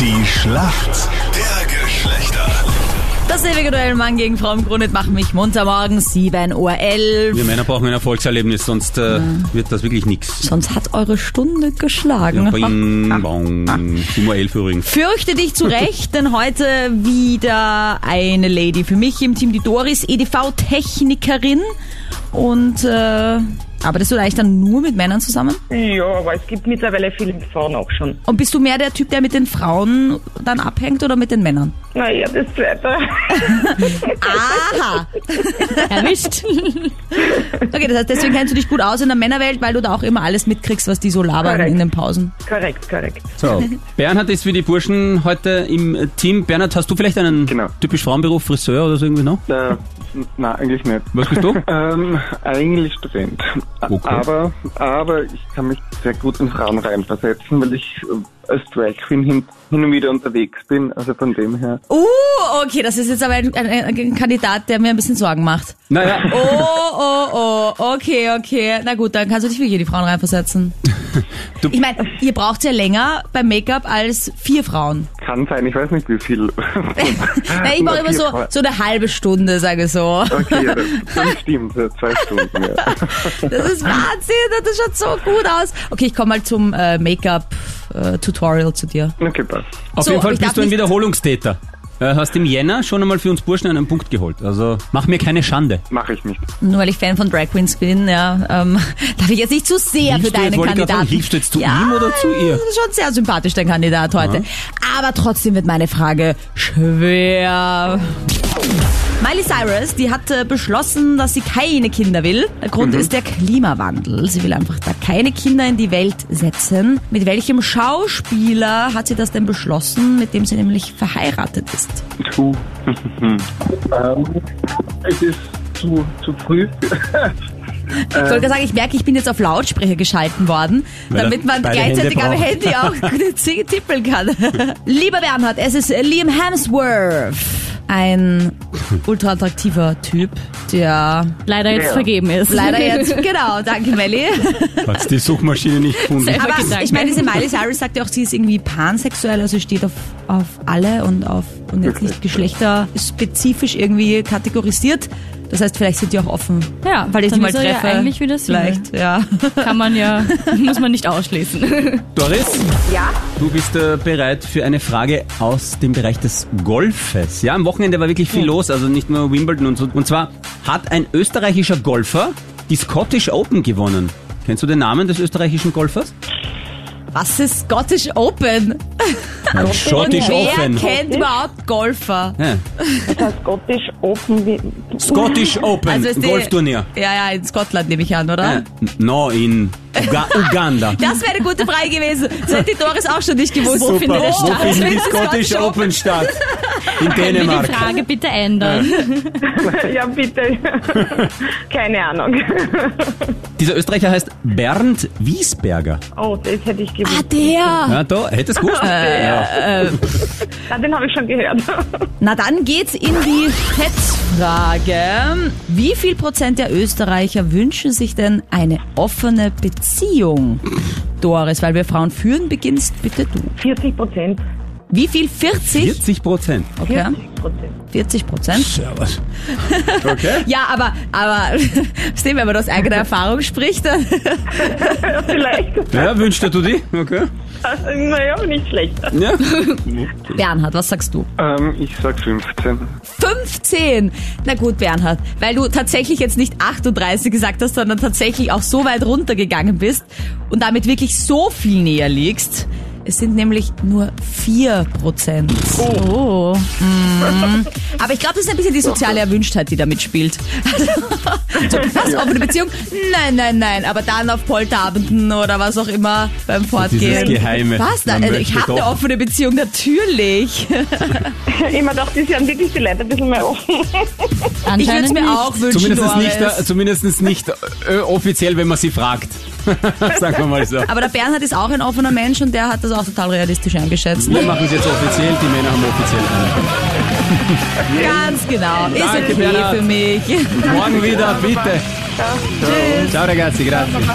Die Schlacht der Geschlechter. Das ewige Duell Mann gegen Frau im Grunde macht mich munter morgens, 7.11 Uhr. Wir Männer brauchen ein Erfolgserlebnis, sonst äh, wird das wirklich nichts. Sonst hat eure Stunde geschlagen. Bing, bong, 7 Uhr 11 übrigens. Fürchte dich zurecht, denn heute wieder eine Lady für mich im Team, die Doris, EDV-Technikerin. Und äh, arbeitest du eigentlich dann nur mit Männern zusammen? Ja, aber es gibt mittlerweile viele Frauen auch schon. Und bist du mehr der Typ, der mit den Frauen dann abhängt oder mit den Männern? Naja, das Zweite. Aha! Erwischt. okay, das heißt, deswegen kennst du dich gut aus in der Männerwelt, weil du da auch immer alles mitkriegst, was die so labern Korrekt. in den Pausen. korrekt, korrekt. So, Bernhard ist für die Burschen heute im Team. Bernhard, hast du vielleicht einen Genau. typisch Frauenberuf, Friseur oder so irgendwie noch? Äh, na, eigentlich nicht. Was bist du? Ähm, eigentlich Student. A- Okay. Aber, aber ich kann mich sehr gut in Frauen reinversetzen, weil ich äh, als Drag Queen hin, hin und wieder unterwegs bin. Also von dem her. Uh, okay, das ist jetzt aber ein, ein, ein Kandidat, der mir ein bisschen Sorgen macht. Naja, Oh, oh, oh, okay, okay. Na gut, dann kannst du dich wirklich in die Frauen reinversetzen. Du- ich meine, ihr braucht ja länger beim Make-up als vier Frauen. Kann sein, ich weiß nicht wie viel. Na, ich brauche immer so, so eine halbe Stunde, sage ich so. Okay, ja, das, das stimmt, ja, zwei Stunden. Ja. Das ist Wahnsinn, das schaut so gut aus. Okay, ich komme mal zum äh, Make-up-Tutorial zu dir. Okay, passt. auf So, jeden aber Fall ich darf bist du ein nicht- Wiederholungstäter. Äh, hast im Jänner schon einmal für uns Burschen einen Punkt geholt. Also mach mir keine Schande. Mache ich nicht. Nur weil ich Fan von Drag Queens bin, ja, ähm, darf ich jetzt nicht zu sehr Hilfst für du jetzt, deinen wollte ich gerade Kandidaten. fragen, hilfst du jetzt zu ja, ihm oder zu ihr? das ist Schon sehr sympathisch, dein Kandidat heute. Aber trotzdem wird meine Frage schwer. Miley Cyrus, die hat äh, beschlossen, dass sie keine Kinder will. Der Grund Mhm. ist der Klimawandel. Sie will einfach da keine Kinder in die Welt setzen. Mit welchem Schauspieler hat sie das denn beschlossen, mit dem sie nämlich verheiratet ist? Zu. Ähm, es ist zu, zu früh. Ich wollte gerade sagen, ich merke, ich bin jetzt auf Lautsprecher geschalten worden, Weil damit er man beide gleichzeitig Hände am braucht. Handy auch gut zi- tippeln kann. Lieber Bernhard, es ist Liam Hemsworth. Ein ultra attraktiver Typ, der leider jetzt vergeben ist. leider jetzt, genau, danke Melli. Hat's die Suchmaschine nicht gefunden. Selber Aber gesagt. ich meine, diese Miley Cyrus sagt ja auch, sie ist irgendwie pansexuell, also steht auf, auf alle und auf und jetzt nicht geschlechterspezifisch irgendwie kategorisiert. Das heißt, vielleicht sind die auch offen. Ja, weil ich die dann mal ist er treffe. ja eigentlich wieder Single. Vielleicht, ja. Kann man ja, muss man nicht ausschließen. Doris? Ja? Du bist äh, bereit für eine Frage aus dem Bereich des Golfes. Ja, am Wochenende war wirklich viel los, also nicht nur Wimbledon und so. Und zwar hat ein österreichischer Golfer die Scottish Open gewonnen. Kennst du den Namen des österreichischen Golfers? Was ist Scottish Open? Scottish Wer Open. kennt überhaupt Golfer? Ja. Das heißt Scottish Open. Wie, Scottish Open, ist die- Golfturnier. Ja, ja, in Schottland nehme ich an, oder? Ja. No, in Uga Uganda. Das wäre eine gute Frage gewesen. Das hätte die Doris auch schon nicht gewusst. Super. Wo findet die Das Scottish Open statt? In Können wir die Dänemark. Frage bitte ändern? ja, bitte. Keine Ahnung. Dieser Österreicher heißt Bernd Wiesberger. Oh, das hätte ich Ah, gewusst. der. Ja, da, hättest du gewusst. Ah, den habe ich schon gehört. Na dann geht's in die Schätzfrage. Wie viel Prozent der Österreicher wünschen sich denn eine offene Beziehung? Doris, weil wir Frauen führen, beginnst bitte du. 40 Prozent. Wie viel? 40? 40 Prozent. Okay, 40 Prozent. 40 Prozent. Servus. Okay. Ja, aber, aber, verstehen, wenn man aus eigener Erfahrung spricht, dann Vielleicht. Ja, wünschst du die? Okay. Naja, nicht schlecht. Ja. Bernhard, was sagst du? Ähm, ich sag 15. 15! Na gut, Bernhard, weil du tatsächlich jetzt nicht 38 gesagt hast, sondern tatsächlich auch so weit runtergegangen bist und damit wirklich so viel näher liegst. Es sind nämlich nur 4%. Oh. Mm. Aber ich glaube, das ist ein bisschen die soziale Erwünschtheit, die da mitspielt. so, was, offene Beziehung? Nein, nein, nein. Aber dann auf Polterabenden oder was auch immer beim Fortgehen. Geheime. Was? Man Nein, also ich möchte habe eine doch- offene Beziehung, natürlich. Ich mir gedacht, die sind wirklich die Leute ein bisschen mehr offen. Ich würde es Anscheinend mir nicht. auch wünschen, Zumindest Doris. nicht, äh, zumindest nicht äh, offiziell, wenn man sie fragt. Sagen wir mal so. Aber der Bernhard ist auch ein offener Mensch und der hat das auch total realistisch eingeschätzt. Wir machen es jetzt offiziell, die Männer haben offiziell an. Ganz genau. Ist Danke, okay Bernhard. für mich. Morgen wieder, bitte. Ciao, ragazzi, grazie.